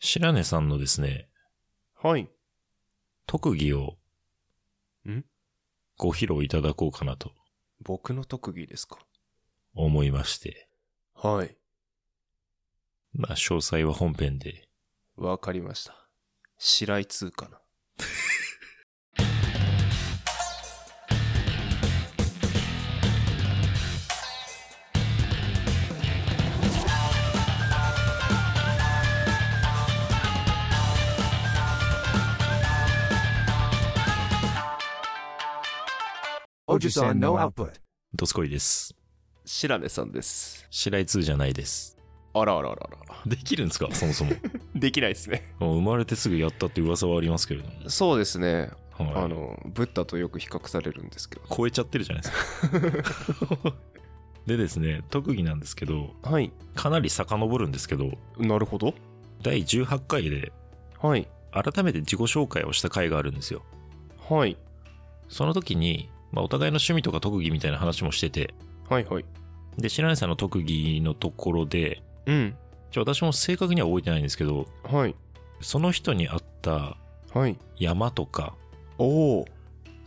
白根さんのですね、はい。特技をんご披露いただこうかなと僕の特技ですか。思いまして、はい。まあ詳細は本編で。わかりました。白井通かな。 Ojisan no output. どすこいです。白根さんです。白井2じゃないです。あらあらあらあら。できるんですかそも そも。できないですね。もう生まれてすぐやったって噂はありますけれども。そうですね。はいあの、ブッダとよく比較されるんですけど。超えちゃってるじゃないです か。でですね、特技なんですけど、はい。かなり遡るんですけど、なるほど。第18回ではい。改めて自己紹介をした回があるんですよ。はい。その時に、まあ、お互いの趣味とか特技みたいな話もしてて、はいはい。で、白根さんの特技のところで、うん。ちょ私も正確には覚えてないんですけど、はい。その人に合ったはい。山とか、おお。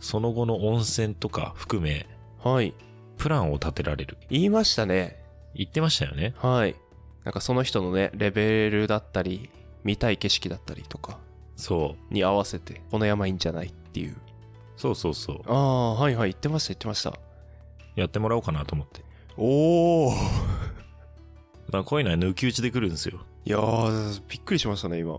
その後の温泉とか含め、はい。プランを立てられる。言いましたね。言ってましたよね。はい。なんかその人のね、レベルだったり、見たい景色だったりとかそに合わせて、この山いいんじゃないっていう。う。そうそうそう。ああ、はいはい、言ってました、言ってました。やってもらおうかなと思って。おお。まあこういうのは抜き打ちで来るんですよ。いやー、びっくりしましたね、今。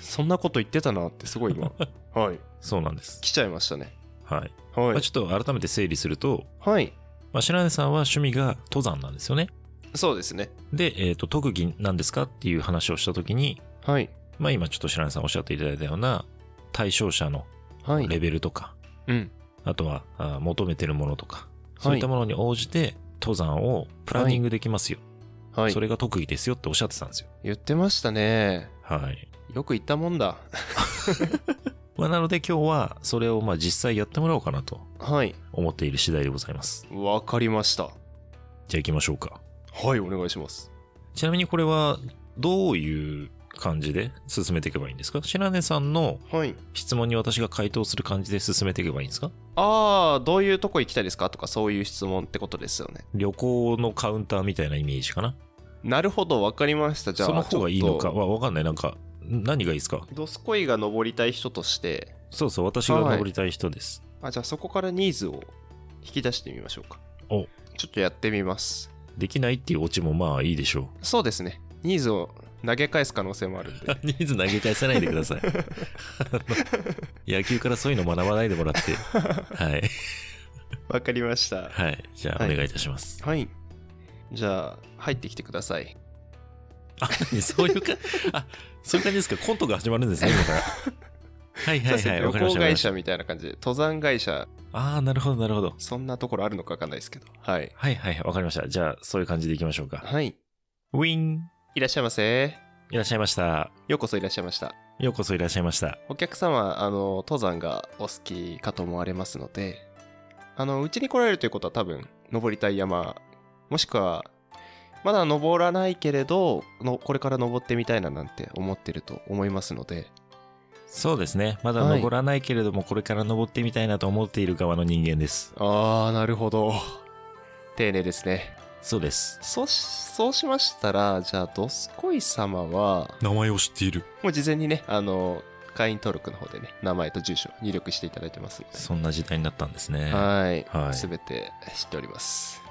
そんなこと言ってたなって、すごい今。 はい。そうなんです。来ちゃいましたね。はい。はまあ、ちょっと改めて整理すると、はい。まあ、白根さんは趣味が登山なんですよね。そうですね。で、えっ、と、特技なんですかっていう話をしたときに、はい。まあ今ちょっと白根さんおっしゃっていただいたような対象者のはい。レベルとか、うん。あとはあ求めてるものとか、いそういったものに応じて登山をプランニングできますよ。はいそ。れが特技ですよっておっしゃってたんですよ。言ってましたね。はい。よく言ったもんだ。まあ、なので今日はそれをまあ実際やってもらおうかなとはい。思っている次第でございます。わかりました。じゃあ行きましょうか。はい、お願いします。ちなみにこれはどういう感じで進めていけばいいんですか白根さんのはい。質問に私が回答する感じで進めていけばいいんですかああ、どういうとこ行きたいですかとかそういう質問ってことですよね。旅行のカウンターみたいなイメージかななるほど、わかりました。じゃあ、その方がいいのちかょっはわかんない。なんか、何がいいですかと。ドスコイが登りたい人として、そうそう、私が登りたい人です。あじゃあそこからニーズを引き出してみましょうか。おちょっとやってみます。できないっていうオチもまあいいでし ょそうですね。ニーズを投げ返す可能性もあるんう 。で。ニーズ投げ返さないでください。 野球からそういうの学ばないでもらって。はい。わかりました。はい。じゃあ、お願いいたします。はい。じゃあ、入ってきてください。あ、何そういうか、あ、そういう感じですか。コントが始まるんですね、今から。はいはいはい。そうわですねかりまし旅行た。会社みたいな感じで、登山会社、ああ、なるほど、なるほど。そんなところあるのかわかんないですけど。はい。はいはいはい。わかりました。じゃあ、そういう感じでいきましょうか。はい。ウィンいらっしゃいませ。いらっしゃいました。ようこそいらっしゃいました。ようこそいらっしゃいました。お客様、あの、登山がお好きかと思われますので、あの、うちに来られるということは多分、登りたい山、もしくは、まだ登らないけれどの、これから登ってみたいななんて思ってると思いますので、そうですね。まだはい登らないけれども、これから登ってみたいなと思っている側の人間です。あー、なるほど。丁寧ですね。そうです。そし、そうしましたら、じゃあ、ドスコイ様は、名前を知っている。もう事前にね、あの、会員登録の方でね、名前と住所入力していただいてますので。そんな時代になったんですね。はい。はいすべて知っております。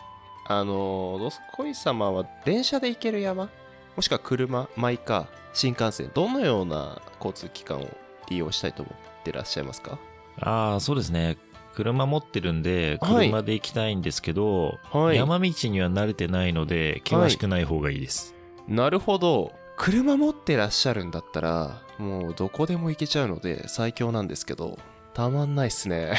あの、ドスコイ様は電車で行ける山もしくは車、マイカー、新幹線、どのような交通機関を利用したいと思ってらっしゃいますかああ、そうですね。車持ってるんで、はい車で行きたいんですけど、は山道には慣れてないので、険しくない方がいいです。なるほど。車持ってらっしゃるんだったら、もうどこでも行けちゃうので最強なんですけど、たまんないっ すね。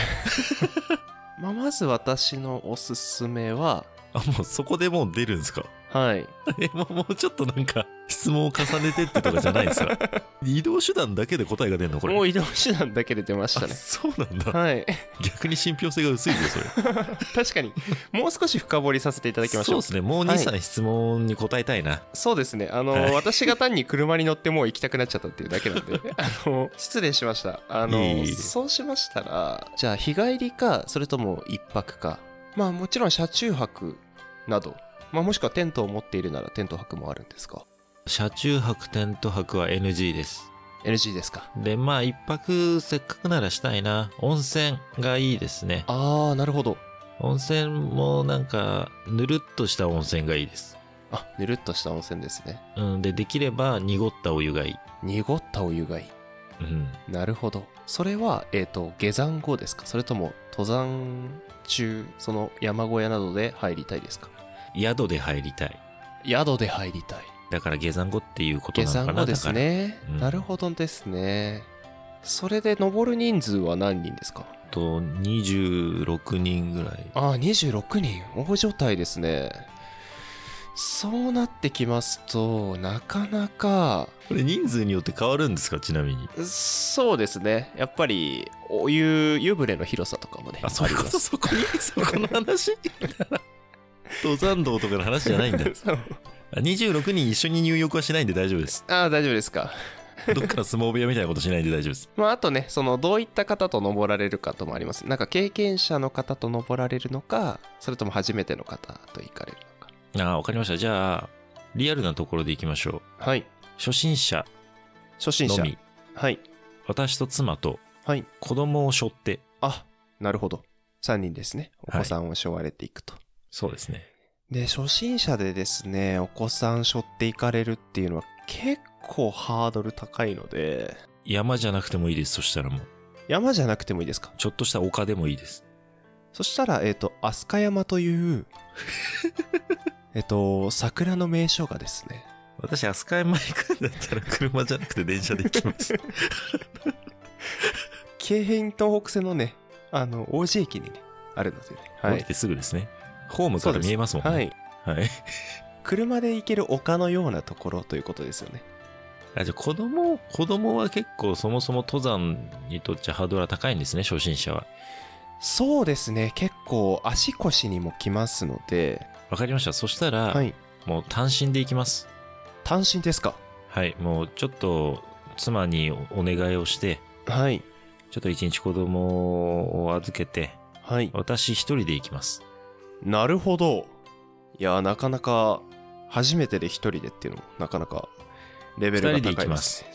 まあまず私のおすすめは、あ、もうそこでもう出るんですかはい。 え、もうもうちょっとなんか、質問を重ねてってとかじゃないんですか 移動手段だけで答えが出るのこれ。もう移動手段だけで出ましたあね。そうなんだ。はい。逆に信憑性が薄いぞ、それ。確かに、もう少し深掘りさせていただきましそょうう。ですね。もう2、はい3質問に答えたいな。そうですね。あの、はい私が単に車に乗ってもう行きたくなっちゃったっていうだ けなんで、あの、失礼しました。あの、いえいえそうしましたら、じゃあ日帰りか、それとも一泊か。まあもちろん車中泊など、まあもしくはテントを持っているならテント泊もあるんですか車中泊、テント泊は NG です。 ?NG ですかで、まあ、一泊せっかくならしたいな。温泉がいいですね。あー、なるほど。温泉もなんか、ぬるっとした温泉がいいです。あ、ぬるっとした温泉ですね。うん、で、できれば濁ったお湯がいい。濁ったお湯がいい。うん。なるほど。それは、えっ、と、下山後ですかそれとも、登山中、その山小屋などで入りたいですか宿で入りたい。宿で入りたい。だから下山後っていうこと下なのかな山後です。だねか。らうんなるほどですね。それで登る人数は何人ですかだからと、26人ぐらい。ああ、26人。大所帯ですね。そうなってきますと、なかなか、これ人数によって変わるんですかちなみに。そうですね。やっぱり、お湯、湯船の広さとかもね。あ、そういうこりとますそこに、そこの話登山道とかの話じゃない んだ。そうあ26人一緒に入浴はしないんで大丈夫です。ああ、大丈夫ですか。どっかの相撲部屋みたいなことしないんで大丈夫です。まあ、あとね、その、どういった方と登られるかともあります。なんか、経験者の方と登られるのか、それとも初めての方と行かれるのか。あー、わかりました。じゃあ、リアルなところでいきましょう。はい。初心者初心者の。み、はい。私と妻とはい。子供を背負って。あ、なるほど。3人ですね。おはい子さんを背負われていくと。そうですね。で、初心者でですね、お子さん背負っていかれるっていうのは、結構ハードル高いので、山じゃなくてもいいです。そしたらもう、山じゃなくてもいいですかちょっとした丘でもいいです。そしたら、えっ、と、飛鳥山 という、えっと、桜の名所がですね、私、飛鳥山行くんだったら車じゃなくて電車で行き ます。京浜東北線のね、あの、王子駅にね、あるのでね。降り。てすぐですね。ホームから見えますもんね。はい。はい。車で行ける丘のようなところということですよね。あじゃあ子供、子供は結構そもそも登山にとっちゃハードルは高いんですね、初心者は。そうですね。結構足腰にもきますので、わかりました。そしたら、はい。もう単身で行きます。単身ですかはい。もうちょっと妻にお願いをして、はい。ちょっと一日子供を預けて、はい。私一人で行きます。なるほど。いや、なかなか、初めてで一人でっていうのも、なかなか、レベル二が人で行高きいでますすね。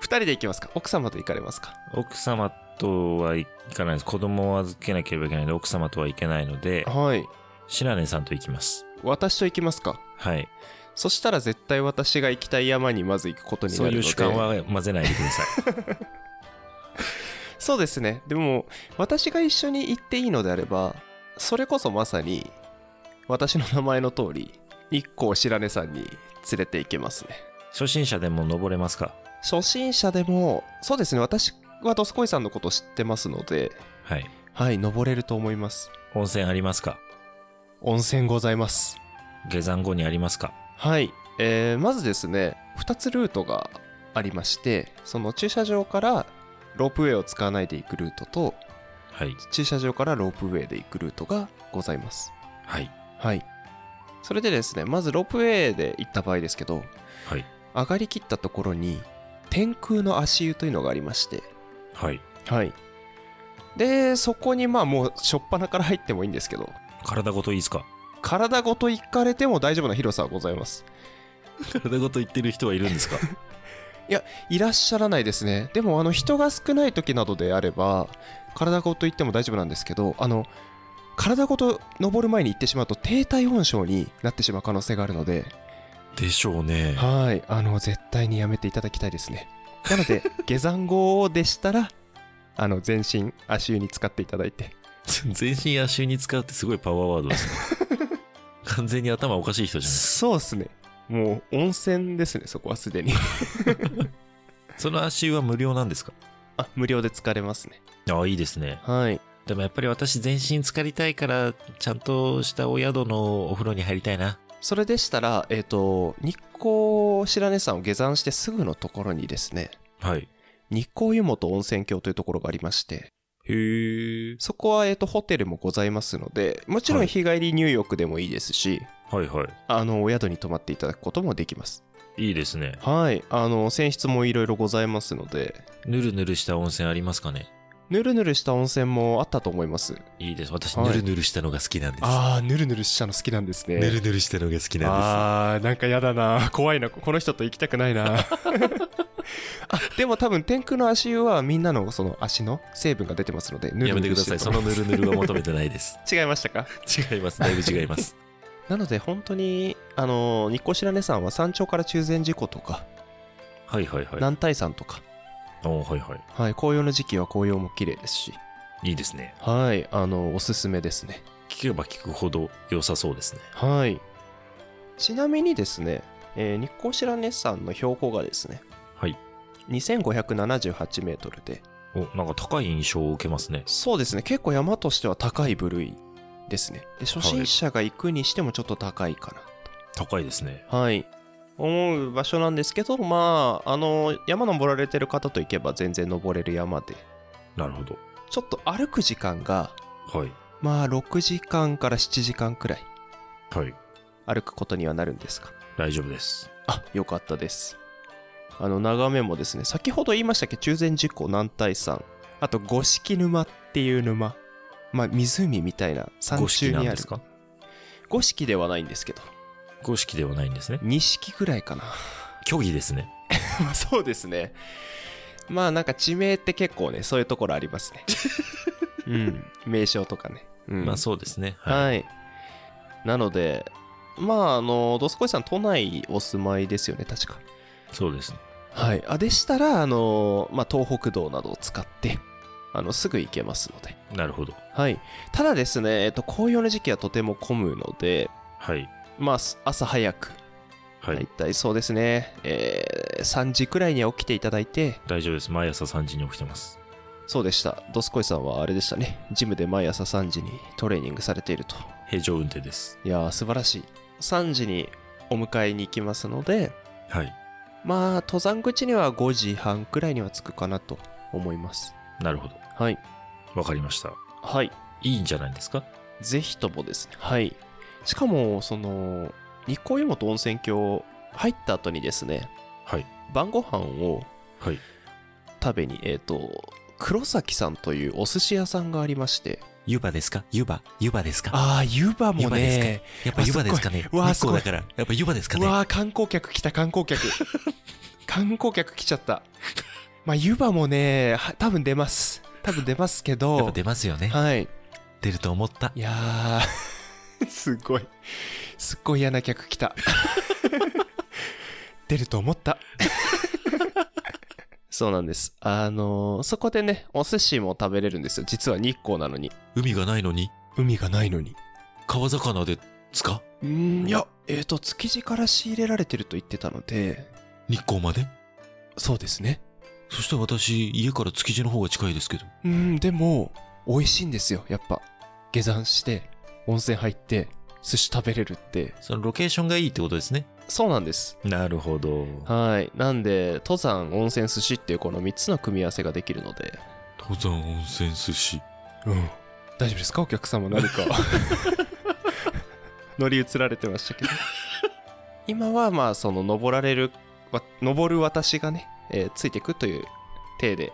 二人で行きますか奥様と行かれますか奥様とは行かないです。子供を預けなければいけないので、奥様とは行けないので、はい。白根さんと行きます。私と行きますかはい。そしたら絶対私が行きたい山にまず行くことになそうるのいでう主観は混ぜないでください。そうですね。でも、私が一緒に行っていいのであれば、それこそまさに、私の名前の通り、日光白根山に連れて行けますね。 初心者でも登れますか初心者でも、そうですね。私はドスコイさんのこと知ってますので、はい。はい、登れると思います。温泉ありますか温泉ございます。下山後にありますかはい、えーまずですね2つルートがありましてその駐車場からロープウェイを使わないで行くルートとはい。駐車場からロープウェイで行くルートがございますはい。はいそれでですねまずロープウェイで行った場合ですけどはい。上がりきったところに天空の足湯というのがありましてはい。はいでそこにまあもう初っ端から入ってもいいんですけど体ごといいですか体ごと行かれても大丈夫な広さはございます体ごと言ってる人はいるんですかいらっしゃらないですね。でも、あの、人が少ない時などであれば、体ごと言っても大丈夫なんですけど、あの、体ごと登る前に行ってしまうと低体温症になってしまう可能性があるので、 でしょうねはい、あの、絶対にやめていただきたいですね。なの で、下山後でしたら、あの、全身、足湯に使っていただいて。 全身足湯に使うってすごいパワーワードです ね。完全に頭おかしい人じゃないそうですね。もう、温泉ですね、そこはすでに。その足湯は無料なんですか あ、無料で疲れますね。ああ、いいですね。はい。でもやっぱり私全身浸かりたいから、ちゃんとしたお宿のお風呂に入りたいな。それでしたら、えっ、と、日光白根山を下山してすぐのところにですね、はい。日光湯本温泉郷というところがありまして、へー。そこは、えっ、と、ホテルもございますので、もちろはんい日帰り入浴でもいいですし、はいはあの、お宿に泊まっていただくこともできます。い。いいですね。はい。あの、泉質もいろいろございますので、ぬるぬるした温泉ありますかねぬるぬるした温泉もあったと思います。いいです。私、はいぬるぬるしたのが好きなんです。あ、ぬるぬるしたの好きなんですねぬるぬるしたのが好きなんあーなんかやだな怖いなこの人と行きたくないな あでも多分天空の足湯はみんなのその足の成分が出てますのででぬす。やめてるぬくるだしてさい。そると思のいまぬするぬるは求めてないです。違いましたか 違います。だいぶ違います。なので本当にあの日光白根山は山頂から中禅寺湖とか はいはいはい。南大山とか、おはいははい、紅葉の時期は紅葉も綺麗ですしい。いいですね。はいあのおすすめですね聞けば聞くほど良さそうですね。はいちなみにですね、えー日光白根山の標高がですねはい。 2578メートルでお、なんか高い印象を受けますね。そうですね結構山としては高い部類ですねで初心者が行くにしてもちょっと高いか高いですね。なはい、思う場所なんですけどまああの山登られてる方と行けば全然登れる山でなるほど。ちょっと歩く時間がはい。まあ6時間から7時間くらいはい。歩くことにはなるんですが大丈夫です。あよかったですあの眺めもですね先ほど言いましたっけ中禅寺湖南大山あと五色沼っていう沼まあ湖みたいな山五式中になんあでるすか五色ではないんですけど五式ではないんですね。二色ぐらいかな 虚偽ですね。まあそうですねまあなんか地名って結構ねそういうところあります ねうん名称とかね、うんまあそうですね。。はいい、なのでまああのドスコイさん都内お住まいですよね確かそうです。はいあでしたらあの、まあ、東北道などを使ってあのすぐ行けますのでなるほど。はいただですね、えっと、紅葉の時期はとても混むのではい。まあ朝早くはい。大体そうですね、えー3時くらいには起きていただいて大丈夫です。毎朝3時に起きてます。そうでしたドスコイさんはあれでしたねジムで毎朝3時にトレーニングされていると平常運転です。いやー素晴らしい3時にお迎えに行きますのではい。まあ登山口には5時半くらいには着くかなと思いますなるほど。はいわかりました。はいいいんじゃないですかぜひともですねはいしかもその日光湯本温泉郷入った後にですねはい。晩ご飯をはい。食べにえっ、と黒崎さんというお寿司屋さんがありまして湯葉ですか湯葉。湯葉ですかああ湯葉もねやっぱ湯葉ですかねあすっごいうわー日光だすから。やっぱ湯葉ですかうねわー観光客来た観 光客観光客来ちゃったまあ湯葉もねは多分出ます多分出ますけやっぱど出ますよね。はい出ると思ったい。やー すごいすっごい嫌な客来た 出ると思った そうなんですあのーそこでねお寿司も食べれるんですよ実は日光なのに海がないのに海がないのに川魚ですかうんいやえっ、と築地から仕入れられてると言ってたので日光までそうですねそして私、家から築地の方が近いですけど。うんでも美味しいんですよやっぱ下山して温泉入って寿司食べれるってそのロケーションがいいってことですね。そうなんですなるほど。はいなんで登山温泉寿司っていうこの3つの組み合わせができるので登山温泉寿司。うん大丈夫ですかお客様何 か乗り移られてましたけど今はまあその登られるわ登る私がね、えーついてくという体で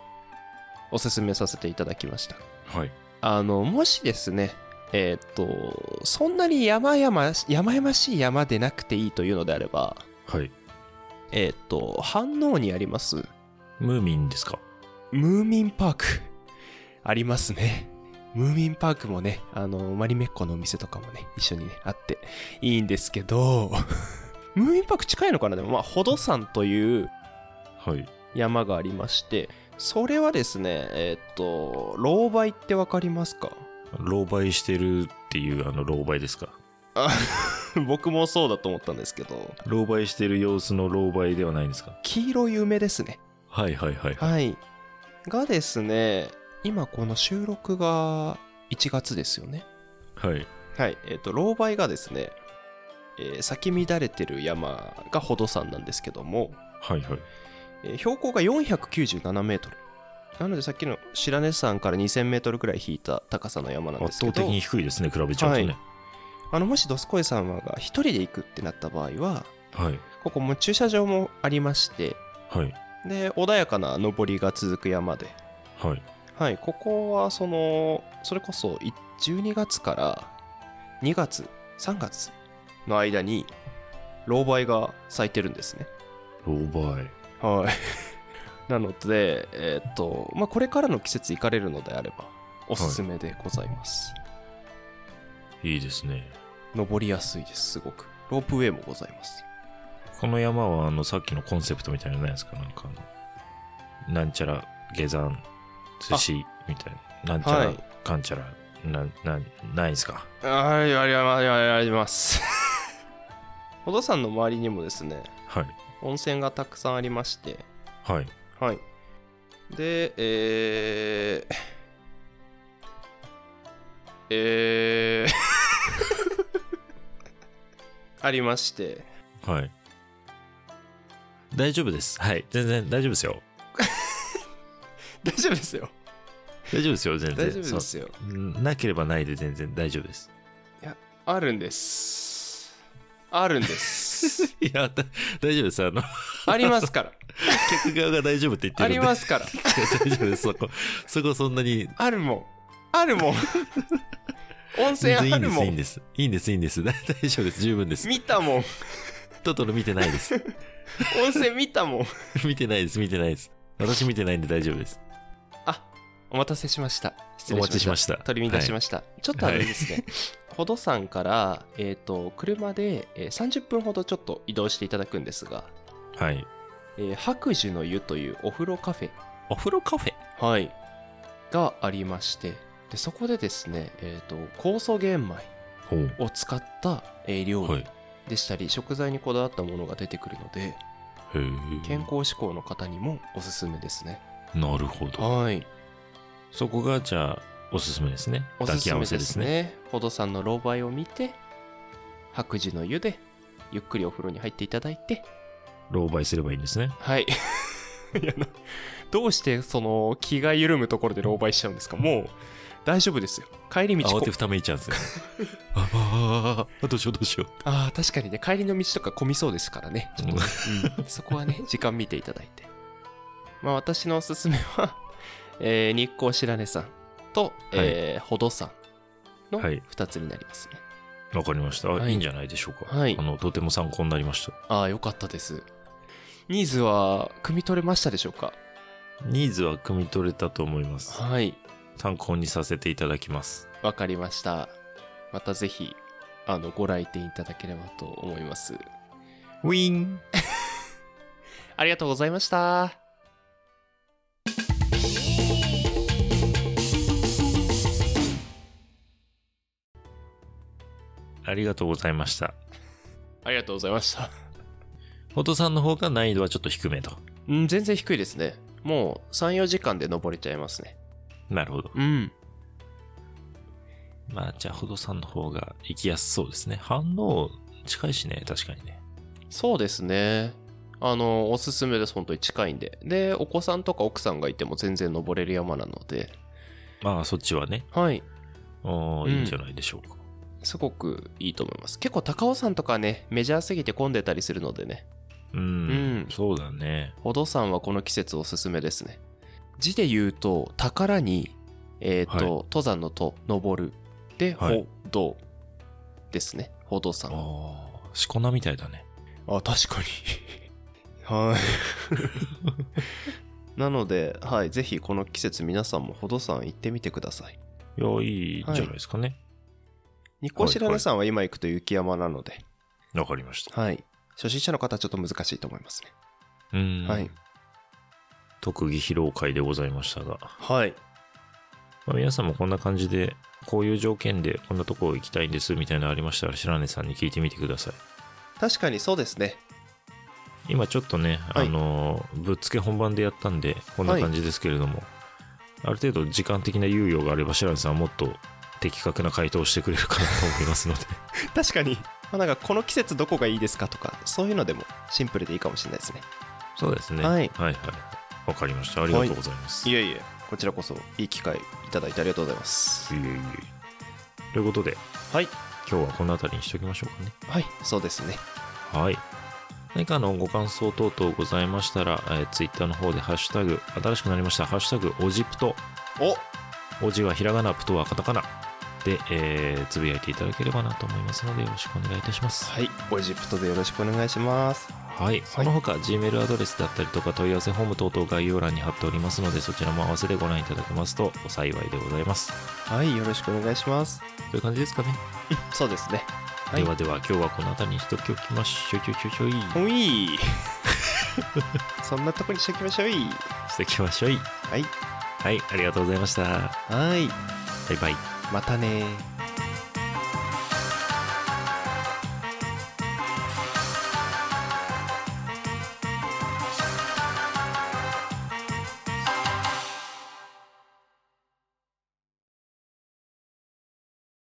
おすすめさせていただきましたはい。あのもしですねえーっ、とそんなに山々山々しい山でなくていいというのであればはい。えーっ、と飯能にありますムーミンですかムーミンパークありますねムーミンパークもねあのマリメッコのお店とかもね一緒にねあっていいんですけど ムーミンパーク近いのかなでもまあほど山というはい。山がありましてそれはですねえーっ、と老梅ってわかりますか狼狽してるっていうあの狼狽ですかあ 僕もそうだと思ったんですけど狼狽してる様子の狼狽ではないんですか黄色い梅ですねはいはいはい。はいがですね今この収録が1月ですよねはい。はいえっ、と老梅がですね、えー咲き乱れてる山が宝登山なんですけども、はいはい。えー標高が497メートルなのでさっきの白根山から2000メートルくらい引いた高さの山なんで圧すけ倒的どに低いですね、比べちゃうとね。あのもしドスコイさんが一人で行くってなった場合ははい。ここもう駐車場もありましてはい。で穏やかな登りが続く山ではい。はい、ここはそのそれこそい12月から2月3月の間に老梅が咲いてるんですねローバイ。はい なのでえーっとまあこれからの季節行かれるのであればおすすめでございます、いいですね。登りやすいですすごくロープウェイもございますこの山は、あの、さっきのコンセプトみたいなのないですかなんか、あの、なんちゃら、下山、寿司、みたいな。なんちゃら、はいかんちゃら、なん、なん、ないですかはいありがとうございます お父さんの周りにもですねはい。温泉がたくさんありましてはい。はい。で、えー、え ー、ありまして、はい。大丈夫です。はい。全然大丈夫ですよ。大丈夫ですよ。大丈夫ですよ、全然。大丈夫ですよ。そううんなければないで全然大丈夫です。あるんです。あるんです。 いや、だ大丈夫です。あの、ありますから。客側が大丈夫って言ってあるんで。りますから。いや大丈夫です。そこ、そこそんなに。あるもん。あるもん。温全泉然いいあんるです、もいいんん。です。いいんです、いいんです。大丈夫です。十分です。見たもん。トトロ見てないです。温泉見たもん。見てないです、見てないです。私見てないんで大丈夫です。あお待たせしました。失お礼しまし待ちした。ました。取り乱しはいました、ちょっとあれですね、ほど山から、えー、と車でえー30分ほどちょっと移動していただくんですが、はい。えー白樹の湯というお風呂カフお風呂カフェ。ェ、はい、がありましてでそこでですね、えー、と酵素玄米ほう。を使った、えー料はい。理でしたり、食材にこだわったものが出てくるのでへ健康志向の方にもおすすめですね、え。なるほど。はいそこが、じゃあ、おすすめですね。お抱すきす合めわでせですすね。ねほどさんの老梅を見て白樹の湯でゆっくりお風呂に入っていただいて狼狽すればいいんですね。はい。 いやなどうしてその気が緩むところで狼狽しちゃうんですかもう大丈夫ですよ。帰り道慌こてふためいちゃうんですよね。あああああ、どうしようどうしよう。ああ確かにね帰りの道とか混みそうですからね。ちょっとねうんそこはね 時間見ていただいて。まあ私のおすすめは、えー日光白根山と、えーほど山のはい2つになりますね。わかりました、あはいい。いんじゃないでしょうか。はいあの、とても参考になりました。ああよかったです。ニーズは汲み取れましたでしょうかニーズは汲み取れたと思います。はい。参考にさせていただきます。わかりました。またぜひ、あの、ご来店いただければと思います。ウィン ありがとうございました。ありがとうございました。ありがとうございました。フォトさんの方が難易度はちょっと低めと。うん、全然低いですね。もう、3、4時間で登れちゃいますね。なるほど。うん。まあ、じゃあ、フォトさんの方が行きやすそうですね。反応近いしね、確かにね。そうですね。あの、おすすめです。本当に近いんで。で、お子さんとか奥さんがいても全然登れる山なので、まあ、そっちはね、はい。おーうんいいんじゃないでしょうか。すごくいいと思います。結構高尾山とかね、メジャーすぎて混んでたりするのでね、うん、うんそうだね。ほどさんはこの季節おすすめですね字で言うと宝にえっ、と、はい登山のと登るで、はいほどですねほどさあんああ、しこ名みたいだね。確かにはい なので、はい、ぜひこの季節皆さんもほどさん行ってみてくださいいや、いいんじゃないですかね。日光白根山は今行くと雪山なので、わ、かりました。はい、初心者の方はちょっと難しいと思いますねうん。はい。特技披露会でございましたが。はいまあ、皆さんもこんな感じで、こういう条件でこんなとこ行きたいんですみたいなのありましたら、白根さんに聞いてみてください。確かにそうですね今ちょっとね、はいあのー、ぶっつけ本番でやったんで、こんな感じですけれども、ある程度時間的な猶予があれば、白根さんはもっと的確な回答をしてくれるかなと思いますので確かに、まあ、なんかこの季節どこがいいですかとかそういうのでもシンプルでいいかもしれないですねそうですねはいはいはいわかりましたありがとうございます、いえいえこちらこそいい機会いただいてありがとうございますいえいえということではい今日はこの辺りにしておきましょうかねはいそうですねはい。何かあのご感想等々ございましたら、えー、ツイッターの方でハッシュタグ、新しくなりました、ハッシュタグ、おじプト、おおじはひらがな、プトはカタカナで、えーつぶやいていただければなと思いますので、よろしくお願いいたします。はいエジプトでよろしくお願いしますはい。その他、Gmail アドレスだったりとか、問い合わせフォーム等々概要欄に貼っておりますので、そちらも合わせてご覧いただけますと幸いでございます。はいよろしくお願いしますという感じですかね。そうですねはいではでは、今日はこの辺りにしておきましょう。ちょいちょいちょいちょい。おい そんなとこにしときましょういしていきましょうい。はいはい。ありがとうございました。はいバイバイ。またねー